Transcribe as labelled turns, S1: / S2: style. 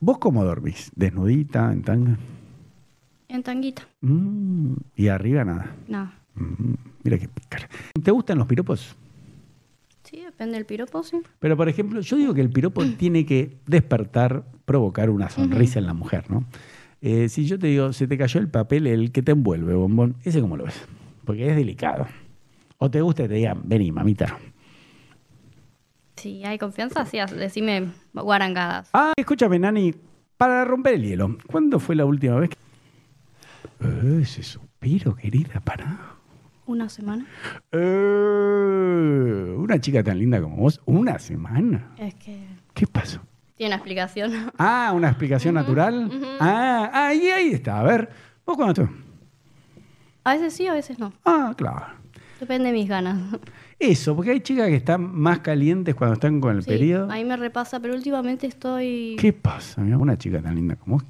S1: ¿Vos cómo dormís? ¿Desnudita, en tanga?
S2: En tanguita.
S1: Mm, y arriba nada.
S2: No.
S1: Mm, mira qué pícara. ¿Te gustan los piropos?
S2: Sí, depende del piropo, sí.
S1: Pero, por ejemplo, yo digo que el piropo tiene que despertar, provocar una sonrisa en la mujer, ¿no? Eh, si yo te digo, se te cayó el papel, el que te envuelve, bombón, ese cómo lo ves, porque es delicado. O te gusta que te digan, vení, mamita.
S2: Si hay confianza, sí, haz- decime guarangadas.
S1: Ah, escúchame, Nani, para romper el hielo, ¿cuándo fue la última vez que... Eh, ese suspiro, querida, para...
S2: Una semana.
S1: Eh, una chica tan linda como vos, una semana.
S2: Es que
S1: ¿Qué pasó?
S2: tiene una explicación.
S1: Ah, una explicación natural. Ah, ahí, ahí está. A ver, vos cuando tú.
S2: A veces sí, a veces no.
S1: Ah, claro.
S2: Depende de mis ganas.
S1: Eso, porque hay chicas que están más calientes cuando están con el
S2: Sí,
S1: periodo.
S2: ahí me repasa, pero últimamente estoy...
S1: ¿Qué pasa? Mirá, una chica tan linda como vos,